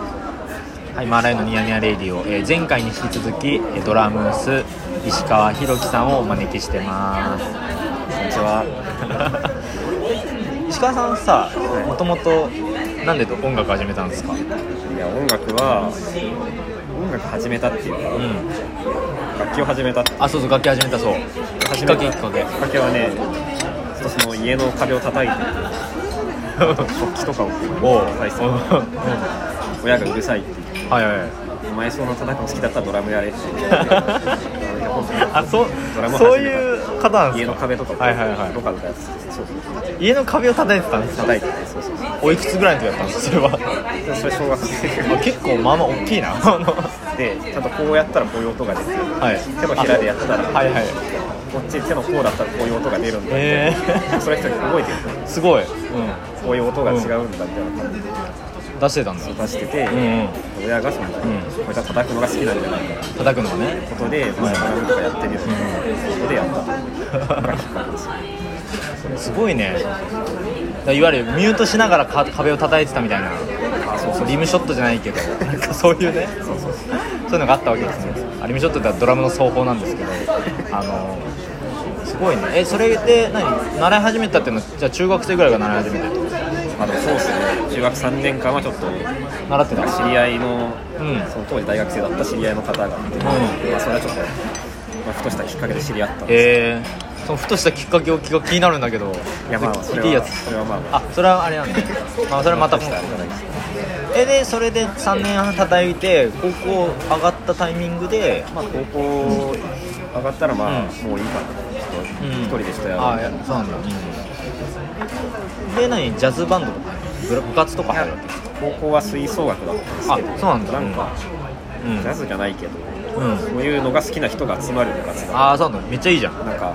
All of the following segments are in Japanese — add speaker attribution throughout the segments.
Speaker 1: はい、マーライオンのニヤニヤレイディオ、えー前回に引き続きえードラムス石川博樹さんをお招きしてますこんにち は石川さんさもともとなんで音楽始めたんですか
Speaker 2: いや音楽は音楽始めたっていう
Speaker 1: うん
Speaker 2: か楽器を始めたって
Speaker 1: あそうそう楽器始めたそうきっかけきっかけ
Speaker 2: きっかけはねちょっとその家の壁を 叩いて食器とかを
Speaker 1: おう
Speaker 2: 叩いて
Speaker 1: うん
Speaker 2: た親がうるさいってい う
Speaker 1: はいはいはい
Speaker 2: お前そんな叩くの好きだったらドラム やれって言って
Speaker 1: あそう
Speaker 2: ドラム始めた
Speaker 1: そういう方なんで
Speaker 2: 家
Speaker 1: す
Speaker 2: の
Speaker 1: か
Speaker 2: 壁とかを
Speaker 1: はいはいはい
Speaker 2: とかやつそうそう
Speaker 1: 家の壁を叩いてたんですか
Speaker 2: 叩いててそうそうそう
Speaker 1: おいくつぐらいの時だったんですかそれは
Speaker 2: でそれ小学
Speaker 1: あ
Speaker 2: 生
Speaker 1: 結構まあまあ大きい なあの
Speaker 2: でちゃんとこうやったらこういう音が出て
Speaker 1: はい
Speaker 2: 手のひらでやってたら
Speaker 1: あはいはい
Speaker 2: こっち手のこうだったらこういう音が出るんだ
Speaker 1: え
Speaker 2: それ一人覚えてる
Speaker 1: ー、すごい、う
Speaker 2: こういう音が違うんだみたいな感じで
Speaker 1: ん、出してたんだ
Speaker 2: 出してて、
Speaker 1: うんうん
Speaker 2: 親がその、
Speaker 1: ん
Speaker 2: こいつは叩くのが好きなんじゃないかって
Speaker 1: 叩くのがね
Speaker 2: ことで、まあ、ドラムとかやってるよね、ことでやったのがきっかけです
Speaker 1: すごいねだいわゆるミュートしながらか壁を叩いてたみたいなそうそうリムショットじゃないけどなんかそういうねそういうのがあったわけですねあリムショットってのはドラムの奏法なんですけどあのすごいねえそれで何習い始めたっていうのはじゃあ中学生ぐらいが習い始めたってこと
Speaker 2: あのそうですね中学3年間はちょっと
Speaker 1: 習ってた
Speaker 2: 知り合いの、
Speaker 1: うん
Speaker 2: その当時大学生だった知り合いの方がいて、まあ、それはちょっと、まあ、ふとしたきっかけで知り合ったんです
Speaker 1: えー、そのふとしたきっかけを気が気になるんだけど
Speaker 2: いやまあまあそ
Speaker 1: 聞
Speaker 2: れ
Speaker 1: い
Speaker 2: は
Speaker 1: ていいやつ
Speaker 2: それはまあまあ
Speaker 1: あそれはあれなんで、まあ、それはまた今回えでそれで3年半叩いて高校上がったタイミングで
Speaker 2: まあ高校上がったらまあ、もういいかなちょっと
Speaker 1: うん
Speaker 2: 一人でしたよ、
Speaker 1: あいやそうなんだ、で何ジャズバンドとか部部活とか
Speaker 2: いや
Speaker 1: 入るわけ
Speaker 2: 高校は吹奏楽だったんです
Speaker 1: あ
Speaker 2: けど
Speaker 1: そうなんだ
Speaker 2: なんか、
Speaker 1: うん
Speaker 2: ジャズじゃないけど
Speaker 1: うん
Speaker 2: そういうのが好きな人が集まる部活が
Speaker 1: ああそうなんだめっちゃいいじゃんう
Speaker 2: なんか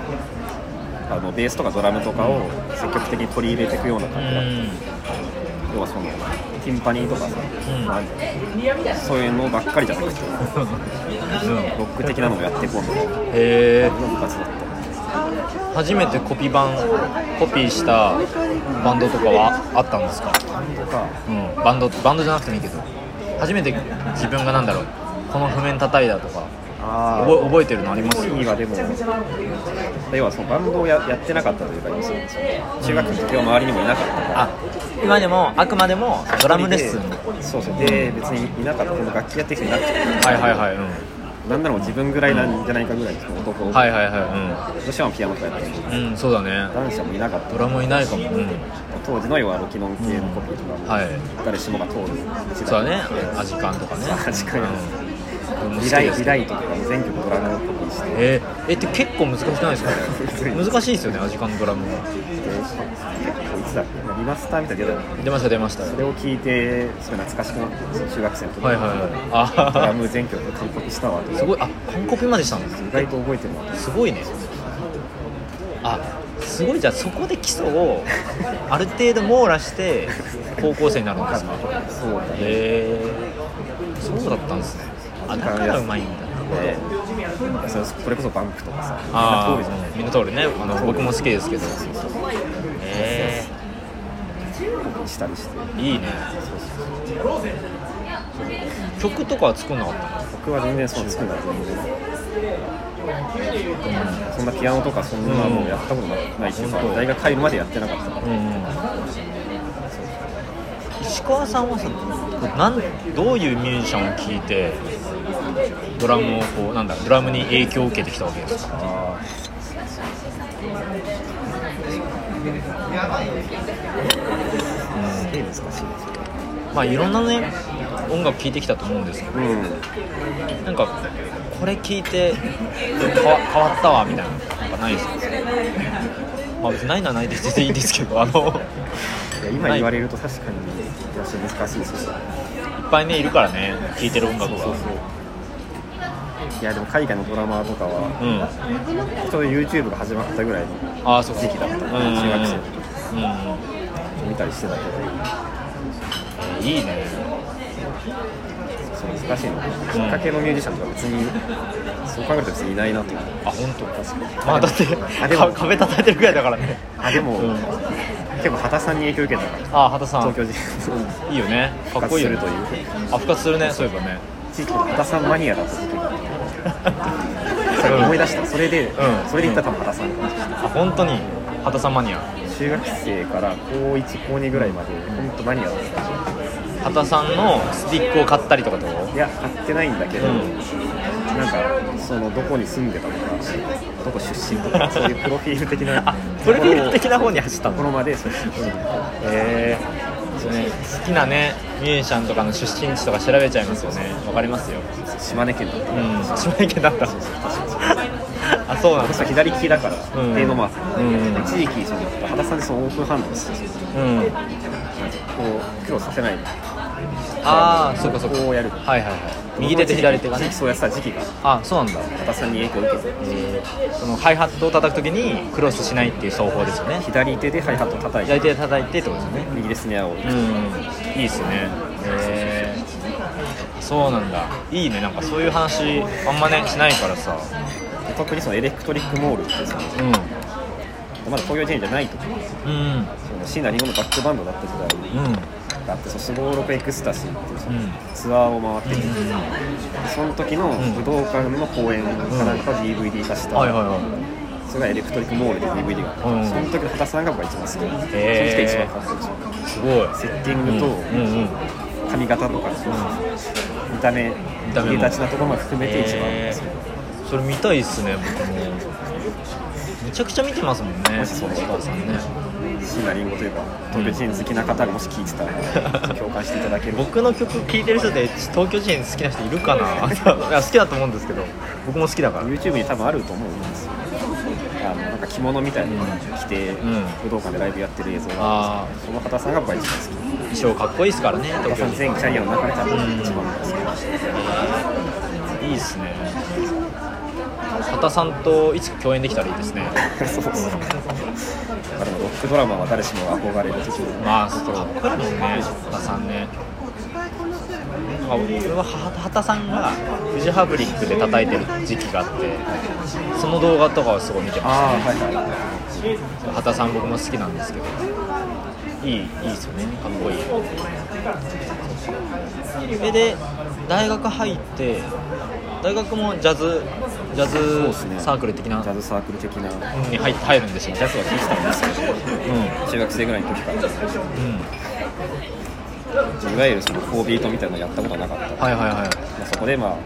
Speaker 2: あのベースとかドラムとかを積極的に取り入れていくような感じだった
Speaker 1: ん
Speaker 2: 要はそのティンパニーとかさ、
Speaker 1: ん
Speaker 2: なんていうのそういうのばっかりじゃなくてロック的なのもやっていこうみたいな
Speaker 1: へえ
Speaker 2: 部活だった
Speaker 1: 初めてコピー版コピーしたバンドとかはあったんですか
Speaker 2: とか
Speaker 1: うん、バンドバンドじゃなくてもいいけど初めて自分がなんだろうこの譜面叩いたとか
Speaker 2: あ
Speaker 1: 覚え覚えてるのあります
Speaker 2: ーはでも要はそのバンドをややってなかったというか要するにその中学の時は周りにもいなかったから
Speaker 1: あ今でもあくまでもドラムレッスン
Speaker 2: そうそうで別にいなかったこの楽器やってる人いなくて
Speaker 1: はいはいはい、うん、
Speaker 2: なんならもう自分ぐらいなんじゃないかぐらいの男
Speaker 1: はいはいは
Speaker 2: 女子はピアノとかやってる
Speaker 1: いうん、うん、そうだね
Speaker 2: 男子はもういなかった
Speaker 1: ドラムいないかもうん
Speaker 2: 当時の要はロキノン系のコピーとかも、
Speaker 1: はい
Speaker 2: 誰しもが通る時代
Speaker 1: そうだねアジカンと かね
Speaker 2: アジカン
Speaker 1: うん
Speaker 2: リ
Speaker 1: 好き
Speaker 2: ライ
Speaker 1: です
Speaker 2: リライトとかも全曲ドラムをコピーして
Speaker 1: えーえって結構難しくないですか
Speaker 2: むずい
Speaker 1: 難しいですよねアジカンのドラムが
Speaker 2: こいつだっけリマスターみたいなの出た
Speaker 1: 出
Speaker 2: の
Speaker 1: ました出ましたは
Speaker 2: そ
Speaker 1: い
Speaker 2: れを聞いてすごい懐かしくなってその中学生の時、
Speaker 1: はいはい
Speaker 2: ドラ
Speaker 1: あ
Speaker 2: ム全曲完コピしたわと
Speaker 1: ー
Speaker 2: 意
Speaker 1: すごいあ完コピまでしたんです
Speaker 2: 外と覚えてるわ
Speaker 1: すごいねあすごいじゃあそこで基礎をある程度網羅して高校生になるんですか
Speaker 2: そうだね
Speaker 1: へえそうだったんですねあだからうまいんだ
Speaker 2: でそれそれこそバンクとかさ
Speaker 1: あ
Speaker 2: みんな通るじゃ
Speaker 1: あみんな
Speaker 2: ん
Speaker 1: 通るねあの僕も好きですけどへ
Speaker 2: したりして
Speaker 1: えいいね曲とかは作んなかったの
Speaker 2: 僕は全然そう作るのは全然そんなピアノとかそんなのやったことなないし、う
Speaker 1: 本当
Speaker 2: 大学入るまでやってなかったから
Speaker 1: 石川さんはさなんどういうミュージシャンを聴いてドラムをこうなんだドラムに影響を受けてきたわけですか
Speaker 2: あすげえ難しいですよ
Speaker 1: まあいろんなね音楽聴いてきたと思うんですけ
Speaker 2: うん
Speaker 1: どなんかこれ聴いて変わ変わったわみたいなのがないですかまあ別にないのはないで全然いいですけどあの
Speaker 2: いや今言われると確かに私難しいですよ
Speaker 1: いっぱいねいるからね聴いてる音楽が
Speaker 2: そういやでも海外のドラマーとかは
Speaker 1: うん
Speaker 2: ちょうど YouTube が始まったぐらいの
Speaker 1: ああそう
Speaker 2: 時期だった
Speaker 1: うんう
Speaker 2: 中
Speaker 1: ん
Speaker 2: 学
Speaker 1: うん
Speaker 2: 生の
Speaker 1: うん
Speaker 2: 時見たりしてたけど
Speaker 1: いいね
Speaker 2: そう難しいのきっかけのミュージシャンとか別にそう考えると別にいないなと思う
Speaker 1: あ本当
Speaker 2: 確かに
Speaker 1: まあだって
Speaker 2: あで
Speaker 1: か
Speaker 2: も
Speaker 1: 壁叩いてるぐらいだからね
Speaker 2: あでも、
Speaker 1: うん
Speaker 2: や結構畑さんに影響受けたから
Speaker 1: ああ畑さん
Speaker 2: 東京人
Speaker 1: いいよねかっこいいよね
Speaker 2: 復活する
Speaker 1: あ復活するねそういえばね
Speaker 2: 地域の畑さんマニアだった時に思い出したそれで、
Speaker 1: うん
Speaker 2: それで行った多分畑さんかもしれない
Speaker 1: あ本当に畑さんマニア
Speaker 2: 中学生から高一高二ぐらいまで本当マニアだった
Speaker 1: 畑さんのスティックを買ったりとかってこと
Speaker 2: いや買ってないんだけど、
Speaker 1: うん
Speaker 2: なんかそのどこに住んでたとかどこ出身とかそういうプロフィール的な
Speaker 1: あプロフィール的な方に走ったん
Speaker 2: とこ
Speaker 1: だ
Speaker 2: ろまでそうそう
Speaker 1: へえね、好きなねミュージシャンとかの出身地とか調べちゃいますよねわかりますよ
Speaker 2: 島根県だった
Speaker 1: うん島根県だった あそうなんで
Speaker 2: 私
Speaker 1: す
Speaker 2: は左利きだから、
Speaker 1: うん
Speaker 2: 手のま
Speaker 1: うん
Speaker 2: 一時期その肌さんでそのオープンハンドをして
Speaker 1: う
Speaker 2: こ
Speaker 1: ん
Speaker 2: う苦労させない
Speaker 1: ああそうかそうか
Speaker 2: こうやる
Speaker 1: はいはいはい右手と左手がね
Speaker 2: 一時期そうやってた時期が
Speaker 1: あそうなんだ
Speaker 2: 肌さんに影響を受けて
Speaker 1: えーそのハイハットを叩くときにクロスしないっていう奏法ですよね
Speaker 2: 左手でハイハットを叩い
Speaker 1: 左
Speaker 2: て
Speaker 1: 手で叩いてってことですよね
Speaker 2: 右でスネアを打つ
Speaker 1: うんいいっすよねへえそうなんだいいねなんかそういう話あんまねしないからさ
Speaker 2: 特にそのエレクトリックモールっていうその
Speaker 1: う
Speaker 2: まだ東京人じゃない時
Speaker 1: んうん
Speaker 2: その椎名林檎のバックバンドだった時代に
Speaker 1: うん
Speaker 2: があってそのスゴロクエクスタシーっていうその
Speaker 1: うん
Speaker 2: ツアーを回ってて、その時の武道館の公演かなんかを DVD 化した、
Speaker 1: はいはいはい
Speaker 2: それがエレクトリックモールで DVD があって、
Speaker 1: うん
Speaker 2: その時の畑さんが僕が一番好きで、
Speaker 1: へー
Speaker 2: その人が一番かっこいい
Speaker 1: すごい
Speaker 2: セッティングと
Speaker 1: うんうんうん
Speaker 2: 髪型とか、見た目
Speaker 1: 見た目も
Speaker 2: いでたちのところも含めて一番、
Speaker 1: へーそれ見たいっすね僕もめちゃくちゃ見てますもんね
Speaker 2: もしそうだ
Speaker 1: お母さんね
Speaker 2: 椎名林檎というか東京人好きな方がもし聞いてたら共感していただけると
Speaker 1: 僕の曲聴いてる人で東京人好きな人いるかな いや好きだと思うんですけど僕も好きだから
Speaker 2: YouTube に多分あると思うんですよあのなんか着物みたいなの着て、
Speaker 1: ん
Speaker 2: 武道館でライブやってる映像があ
Speaker 1: あ
Speaker 2: るんですけどその畑さんが僕は一番好き
Speaker 1: 衣装かっこいいっすからね東京
Speaker 2: 畑さん
Speaker 1: 人
Speaker 2: 全キャリアの中で多分一番好き
Speaker 1: いいっすね畑さんといつか共演できたらいいですね
Speaker 2: です、そうそうまあでもロックドラマは誰しもが憧れる
Speaker 1: まあかっこいいもんね畑さんねなんか俺は畑さんがフジハブリックで叩いてる時期があってその動画とかはすごい見てま
Speaker 2: ああはいはい
Speaker 1: す畑さん僕も好きなんですけどいいいいですよねかっこいいそれで大学入って大学もジャズジャ
Speaker 2: そう
Speaker 1: ズ
Speaker 2: ですね
Speaker 1: サークル的な
Speaker 2: ジャズサークル的な
Speaker 1: に入入るんですよジャズは聴いてたんですけど
Speaker 2: 中学生ぐらいの時からい
Speaker 1: うん、うん、
Speaker 2: わゆるその4ビートみたいなのやったことなかった、ま
Speaker 1: はいはいはい
Speaker 2: あ、そこでまあ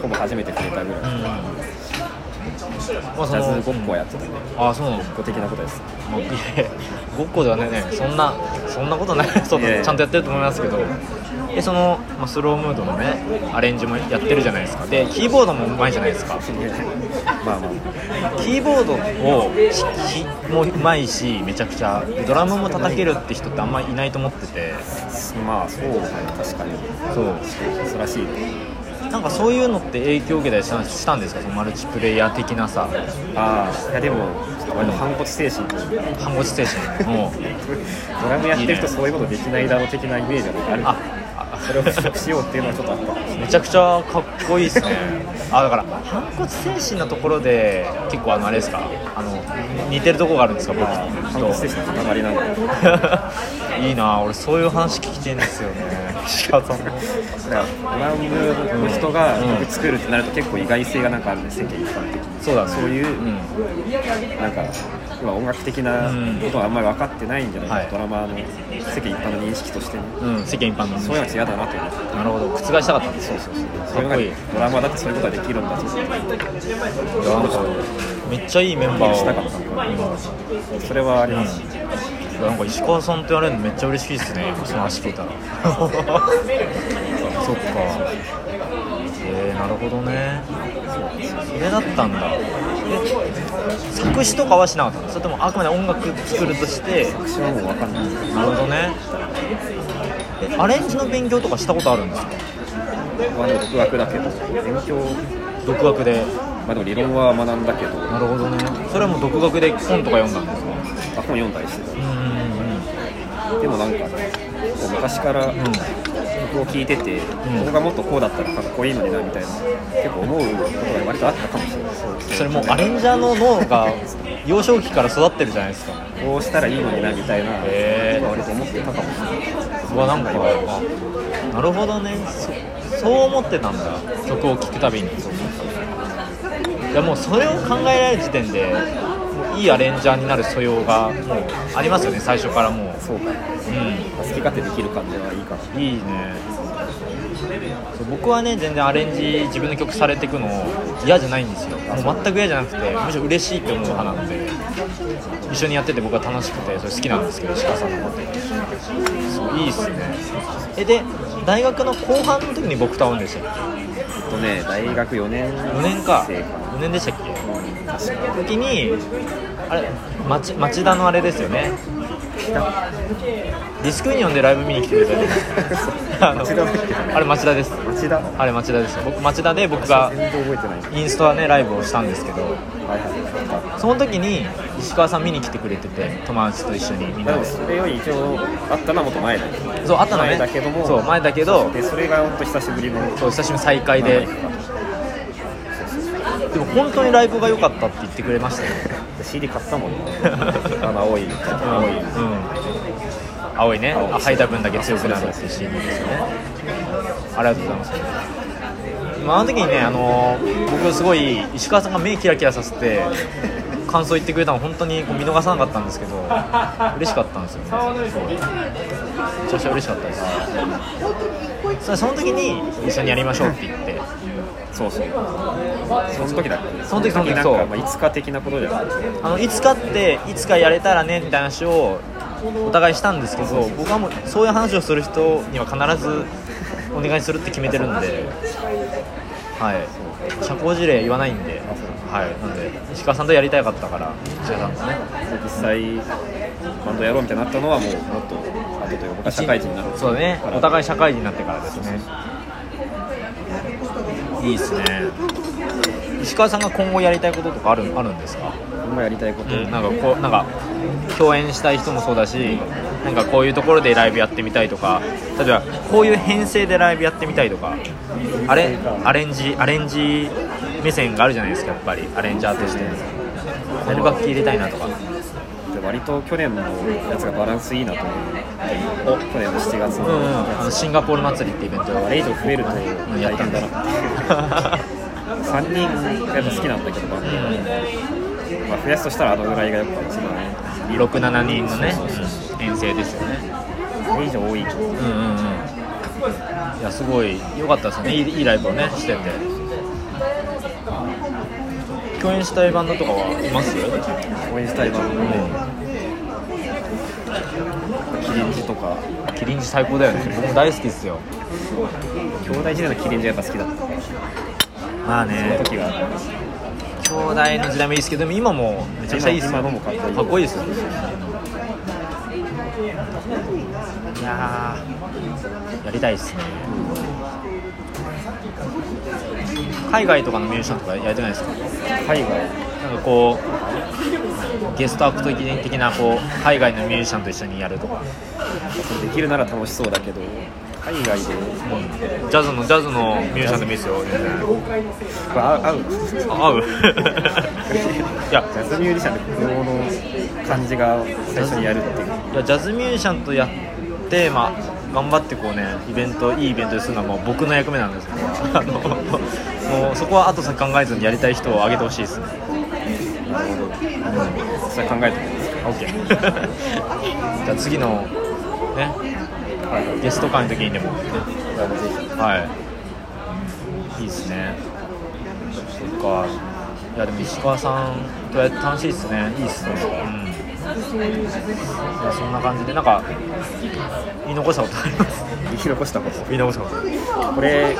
Speaker 2: ほぼ初めて触れたぐらい、ジ
Speaker 1: まあその
Speaker 2: ャズごっこをやってたんでごっ
Speaker 1: ああそうなの
Speaker 2: こ的なことです
Speaker 1: まあいえごっこではねそんなそんなことないそう
Speaker 2: いやいや
Speaker 1: ちゃんとやってると思いますけどでその、まあ、スロームードのねアレンジもやってるじゃないですかでキーボードもうまいじゃないですか
Speaker 2: まあまあ
Speaker 1: キーボードをひひもうまいしめちゃくちゃでドラムも叩けるって人ってあんまいないと思ってて
Speaker 2: まあそうだね確かに
Speaker 1: そう
Speaker 2: そうらしい
Speaker 1: なんかそういうのって影響受けたりしたしたんですかそのマルチプレイヤー的なさ
Speaker 2: ああいやでもちょっと割と反骨精神というか
Speaker 1: 看護師精神もう
Speaker 2: ドラムやってる
Speaker 1: いい
Speaker 2: 人
Speaker 1: ね
Speaker 2: そういうことできないだろう的なイメージがある
Speaker 1: あ
Speaker 2: それを払拭しようっていうのはちょっとあった
Speaker 1: めちゃくちゃかっこいいですねあだから反骨精神のところで結構あのあれですかあの似てるとこがあるんですか僕
Speaker 2: あー反骨精神の塊なんだ
Speaker 1: と いいな俺そういう話聞きてんですよね石川さん
Speaker 2: だからドラムの人が曲作るってなると結構意外性がなんかあるんで世間一般的に
Speaker 1: そうだね
Speaker 2: そういう、
Speaker 1: ん
Speaker 2: なんか今音楽的なことはあんまり分かってないんじゃないか、
Speaker 1: はい
Speaker 2: ドラマーの世間一般の認識としてね
Speaker 1: うん、世間一般の
Speaker 2: そういうのは嫌だなと思って
Speaker 1: なるほど覆したかったんです
Speaker 2: そうそうそう
Speaker 1: かっこいい
Speaker 2: それがドラマーだってそういうことができるんだと
Speaker 1: いやなんかめっちゃいいメンバー
Speaker 2: アピール
Speaker 1: を
Speaker 2: したかったのかなそれはあります、
Speaker 1: いやなんか石川さんとやれるのめっちゃ嬉しいですねその話聞いたら そっかえー、なるほどねそれだったんだえ作詞とかはしなかったのそれともあくまで音楽作るとして
Speaker 2: 私はもう分かんないです
Speaker 1: なるほどねえアレンジの勉強とかしたことあるんですか
Speaker 2: まあでも独学だけど勉強
Speaker 1: 独学で
Speaker 2: まあでも理論は学んだけど
Speaker 1: なるほどねそれはもう独学で本とか読んだんですか
Speaker 2: あ本読んだりし
Speaker 1: う
Speaker 2: て
Speaker 1: んうんうん
Speaker 2: たでもなんかねこう昔から、曲を聴いてて、ここがもっとこうだったらかっこいいのになみたいな結構思うことが割とあったかもしれない
Speaker 1: それもうアレンジャーの脳が幼少期から育ってるじゃないですか
Speaker 2: こうしたらいいのになみたいな
Speaker 1: へー
Speaker 2: 今割と思ってたかもしれないう
Speaker 1: わなんかあなるほどねそそう思ってたんだ曲を聴くたびにいやもうそれを考えられる時点でもういいアレンジャーになる素養がもうありますよね最初からもう
Speaker 2: そうか
Speaker 1: う
Speaker 2: 好き勝手できる感じはいいかも
Speaker 1: んいいねそう僕はね全然アレンジ自分の曲されてくの嫌じゃないんですよもう全く嫌じゃなくてむしろ嬉しいって思う派なんで一緒にやってて僕は楽しくてそれ好きなんですけど鹿さんのことそういいっすねえで大学の後半の時に僕と会うんでしたっ
Speaker 2: えっとね大学4年
Speaker 1: け4年か
Speaker 2: 生かな
Speaker 1: 4年でしたっけ
Speaker 2: 確か
Speaker 1: 時にあれ町町田のあれですよねディスクユニオンでライブ見に来てくれたじゃないです かあの
Speaker 2: 町田だっけ
Speaker 1: あれ町田です
Speaker 2: 町田
Speaker 1: あれ町田です僕町田で僕が
Speaker 2: 全然覚えてない
Speaker 1: インストアねライブをしたんですけど
Speaker 2: はいは
Speaker 1: その時に石川さん見に来てくれてて友達と一緒にみん
Speaker 2: いで
Speaker 1: な
Speaker 2: も
Speaker 1: で
Speaker 2: それより一応あったのはもっと前だけど
Speaker 1: そうあったのね
Speaker 2: 前だけども
Speaker 1: そう前だけど
Speaker 2: でそれが本当久しぶりの
Speaker 1: そう久しぶりに再会ででも本当にライブが良かったって言ってくれましたよ
Speaker 2: CD 買った もんねあの青い青い、
Speaker 1: うん、青いねあ吐いた分だけ強くなるっていうシーンですよねありがとうございますまああの時にね、あの僕すごい石川さんが目キラキラさせて感想言ってくれたの本当にこう見逃さなかったんですけど嬉しかったんですよねめちゃくちゃ嬉しかったですそその時に一緒にやりましょうって言って
Speaker 2: そうそうその時だっけ
Speaker 1: その時その時
Speaker 2: なん
Speaker 1: そう
Speaker 2: かまあいつか的なことじゃないですか
Speaker 1: あのいつかっていつかやれたらねみたいな話をお互いしたんですけど僕はもうそういう話をする人には必ずお願いするって決めてるんではい社交辞令言わないんではいなんで石川さんとやりたいかったから石川さんとね
Speaker 2: 実際バンドやろうみたいになったのはもうもっと後というか僕は社会人になる
Speaker 1: そうだね
Speaker 2: から
Speaker 1: お互い社会人になってからですねいいっすね石川さんが今後やりたいこととかあるあるんですか
Speaker 2: 今やりたいこと、
Speaker 1: なんかこうなんか共演したい人もそうだしなんかこういうところでライブやってみたいとか例えばこういう編成でライブやってみたいとかあれアレンジアレンジ目線があるじゃないですかやっぱりアレンジャーとしてこの楽器入れたいなとか
Speaker 2: で割と去年のやつがバランスいいなと思う去年の7月
Speaker 1: うん、うん、
Speaker 2: の
Speaker 1: あのシンガポール祭りってイベント
Speaker 2: あれ以上増えると
Speaker 1: うんやっ
Speaker 2: 大
Speaker 1: たん
Speaker 2: 変
Speaker 1: だ
Speaker 2: だ
Speaker 1: な
Speaker 2: な3人やっぱ好きなんだけどバンドがまあ、増やすとしたらあのぐらいがやっぱ一番いい
Speaker 1: 67人のね
Speaker 2: そうそうそ
Speaker 1: うん編成ですよね
Speaker 2: それ以上多い
Speaker 1: うんうんうんいやすごい良かったですねいいいいライブをねしてて共演したいバンドとかはいます
Speaker 2: 応援したいバンドでキリンジとか
Speaker 1: キリンジ最高だよね僕も大好きですよ
Speaker 2: 兄弟時代のキリンジがやっぱ好きだった
Speaker 1: まあね
Speaker 2: 時があって
Speaker 1: 兄弟の時代もいいですけどでも今もめちゃくちゃいいですよ
Speaker 2: 今のもかっこいい
Speaker 1: かっこいいですよねいやーやりたいですね海外とかのミュージシャンとかやりたくないですか
Speaker 2: 海外
Speaker 1: なんかこうゲストアクト的なこう海外のミュージシャンと一緒にやるとか、
Speaker 2: できるなら楽しそうだけど海外で
Speaker 1: ジャズのジャズのミュージシャンでもいいですよ全然
Speaker 2: 僕は合う合
Speaker 1: あ
Speaker 2: う
Speaker 1: 合ういや
Speaker 2: ジャズミュージシャンで苦悩の感じが最初にやるっていう
Speaker 1: いやジャズミュージシャンとやって、まあ、頑張ってこうねイベントいいイベントにするのはもう僕の役目なんですけどあのもうそこは後先考えずにやりたい人を挙げてほしいですね OK
Speaker 2: それ考えてみます
Speaker 1: じゃあ次のねゲスト会の時にでもはいいいですねそっかいやでも石川さんとやって楽しいですねいいですねうんいやそんな感じでなんか言い残したことあり ます
Speaker 2: 生き残したこと
Speaker 1: 言い残したこと
Speaker 2: これ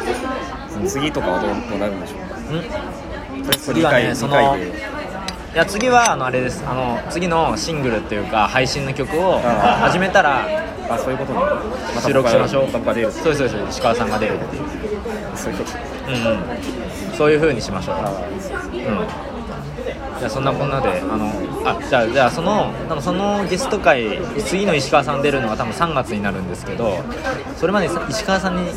Speaker 2: 次とかはどうどうなるんでしょうか
Speaker 1: ん
Speaker 2: それ
Speaker 1: 次はね
Speaker 2: 二回
Speaker 1: そ
Speaker 2: 二
Speaker 1: の
Speaker 2: 回で
Speaker 1: いや次はあのあれですあの次のシングルっていうか配信の曲を
Speaker 2: あ
Speaker 1: 始めたら
Speaker 2: あそういうことねまた
Speaker 1: 収録しましょう
Speaker 2: 僕が僕が出る
Speaker 1: そうですそうです石川さんが出るっていう
Speaker 2: そういうこと
Speaker 1: うんうんそういう風にしましょう
Speaker 2: ああいいですね
Speaker 1: うんじゃあそんなこんなであのあじゃあじゃあその多分そのゲスト会次の石川さん出るのが多分3月になるんですけどそれまでさ石川さんに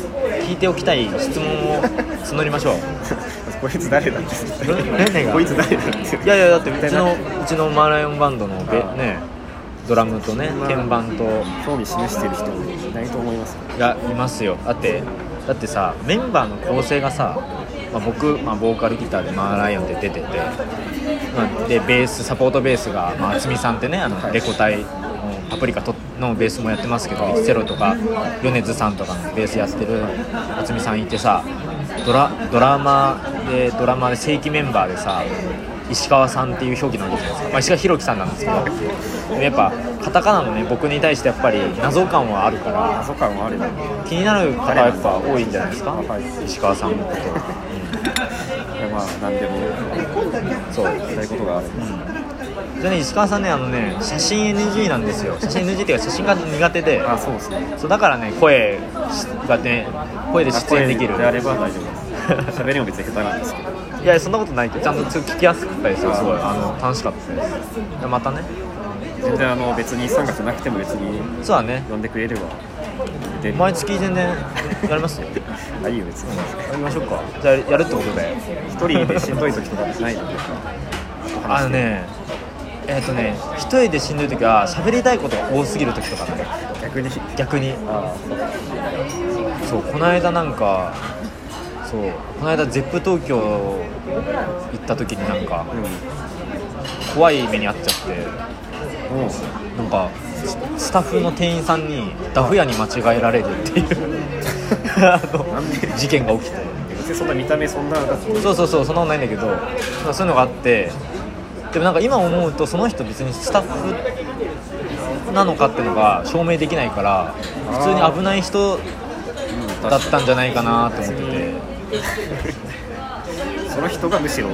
Speaker 1: 聞いておきたい質問を募りましょう
Speaker 2: こいつ誰だって
Speaker 1: 何が
Speaker 2: こいつ誰だって
Speaker 1: いやいやだってうちのうちのマーライオンバンドのべねドラムとね鍵盤と
Speaker 2: 興味示してる人いないと思います
Speaker 1: がいますよだってだってさメンバーの構成がさ、まあ僕、まあ、ボーカルギターでマーライオンって出てて、まあでベースサポートベースが、まあ渥美さんってねあのレコ隊のパプリカとのベースもやってますけどゼロとか米津さんとかのベースやってる渥美さんいてさドラドラマでドラマで正規メンバーでさ石川さんっていう表記なんですよ、まあ、石川博樹さんなんですけどでもやっぱカタカナのね僕に対してやっぱり謎感はあるから
Speaker 2: 謎感はあるな
Speaker 1: 気になる方やっぱ多いんじゃないですか、
Speaker 2: はい
Speaker 1: 石川さんのこと
Speaker 2: いやまあ何でも
Speaker 1: そう
Speaker 2: そういうことがある
Speaker 1: じゃあね石川さんねあのね写真 NG なんですよ写真 NG っていうか写真が苦手で
Speaker 2: あそうですね
Speaker 1: そうだからね声がね声で出演できる
Speaker 2: あこれであれば大丈夫です喋りも別に下手なんですけど
Speaker 1: いやそんなことないけどちゃんとちょっと聞きやすかったですよすごいあの楽しかったですじゃあまたね
Speaker 2: 全然あの別に参加しなくても別に
Speaker 1: そうだね
Speaker 2: 呼んでくれれば出る
Speaker 1: 毎月全然やりますよや
Speaker 2: あいいよ別に
Speaker 1: りましょうかじゃあやるってことで
Speaker 2: 一人でしんどい時とかないので
Speaker 1: あのねえっ、とね一人でしんどい時は喋りたいことが多すぎる時とかね
Speaker 2: 逆に
Speaker 1: 逆に
Speaker 2: ああそう
Speaker 1: そうこの間なんかそうこの間ゼップ東京行った時になんか怖い目に遭っちゃっ
Speaker 2: うんもう
Speaker 1: てなんかススタッフの店員さんにダフ屋に間違えられるっていうあ
Speaker 2: なんで
Speaker 1: の事件が起きて
Speaker 2: 別にそんな見た目そんなだって
Speaker 1: そうそうそうそんなことないんだけどなんかそういうのがあってでもなんか今思うとその人別にスタッフなのかっていうのが証明できないから普通に危ない人だったんじゃないかなと思ってて。
Speaker 2: その人がむしろ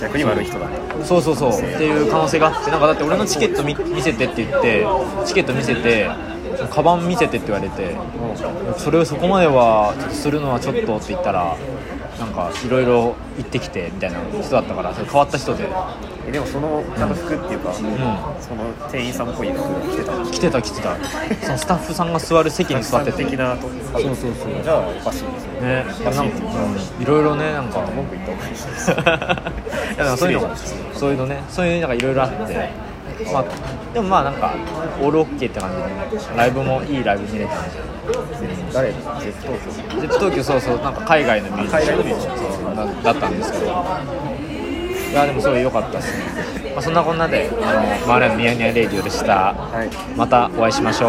Speaker 2: 逆に悪い人だね
Speaker 1: そうそうそうっていう可能性があってなんかだって俺のチケット見見せてって言ってチケット見せてカバン見せてって言われてそれをそこまではちょっとするのはちょっとって言ったらなんかいろいろ行ってきてみたいな人だったからそれ変わった人で
Speaker 2: えでもそのちゃんと服っていうか、
Speaker 1: ん
Speaker 2: その店員さんっぽい服着てた
Speaker 1: 来てた来てたそのスタッフさんが座る席に座ってて
Speaker 2: 的
Speaker 1: ね
Speaker 2: なとそうそうそうじゃあおかしいですよね
Speaker 1: なんかい ろいろねなんか
Speaker 2: 文句言った方がいいです
Speaker 1: いやでもそういうのがそういうのねそういうなんかいろいろあってまあでもまあなんかオールオッケーって感じでライブもいいライブ見れたんで
Speaker 2: 誰ジェット東
Speaker 1: ジェップ東京そうそうなんか海外のミュージシャン
Speaker 2: 海外のミュージシャン
Speaker 1: そうだだったんですけどいやでもすごい良かったですね、まあ、そんなこんなで「あのマーライオンニヤニヤレディオ」でした
Speaker 2: 京はい
Speaker 1: またお会いしましょ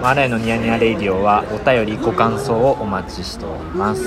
Speaker 1: うマーライオンのニヤニヤレディオはお便りご感想をお待ちしております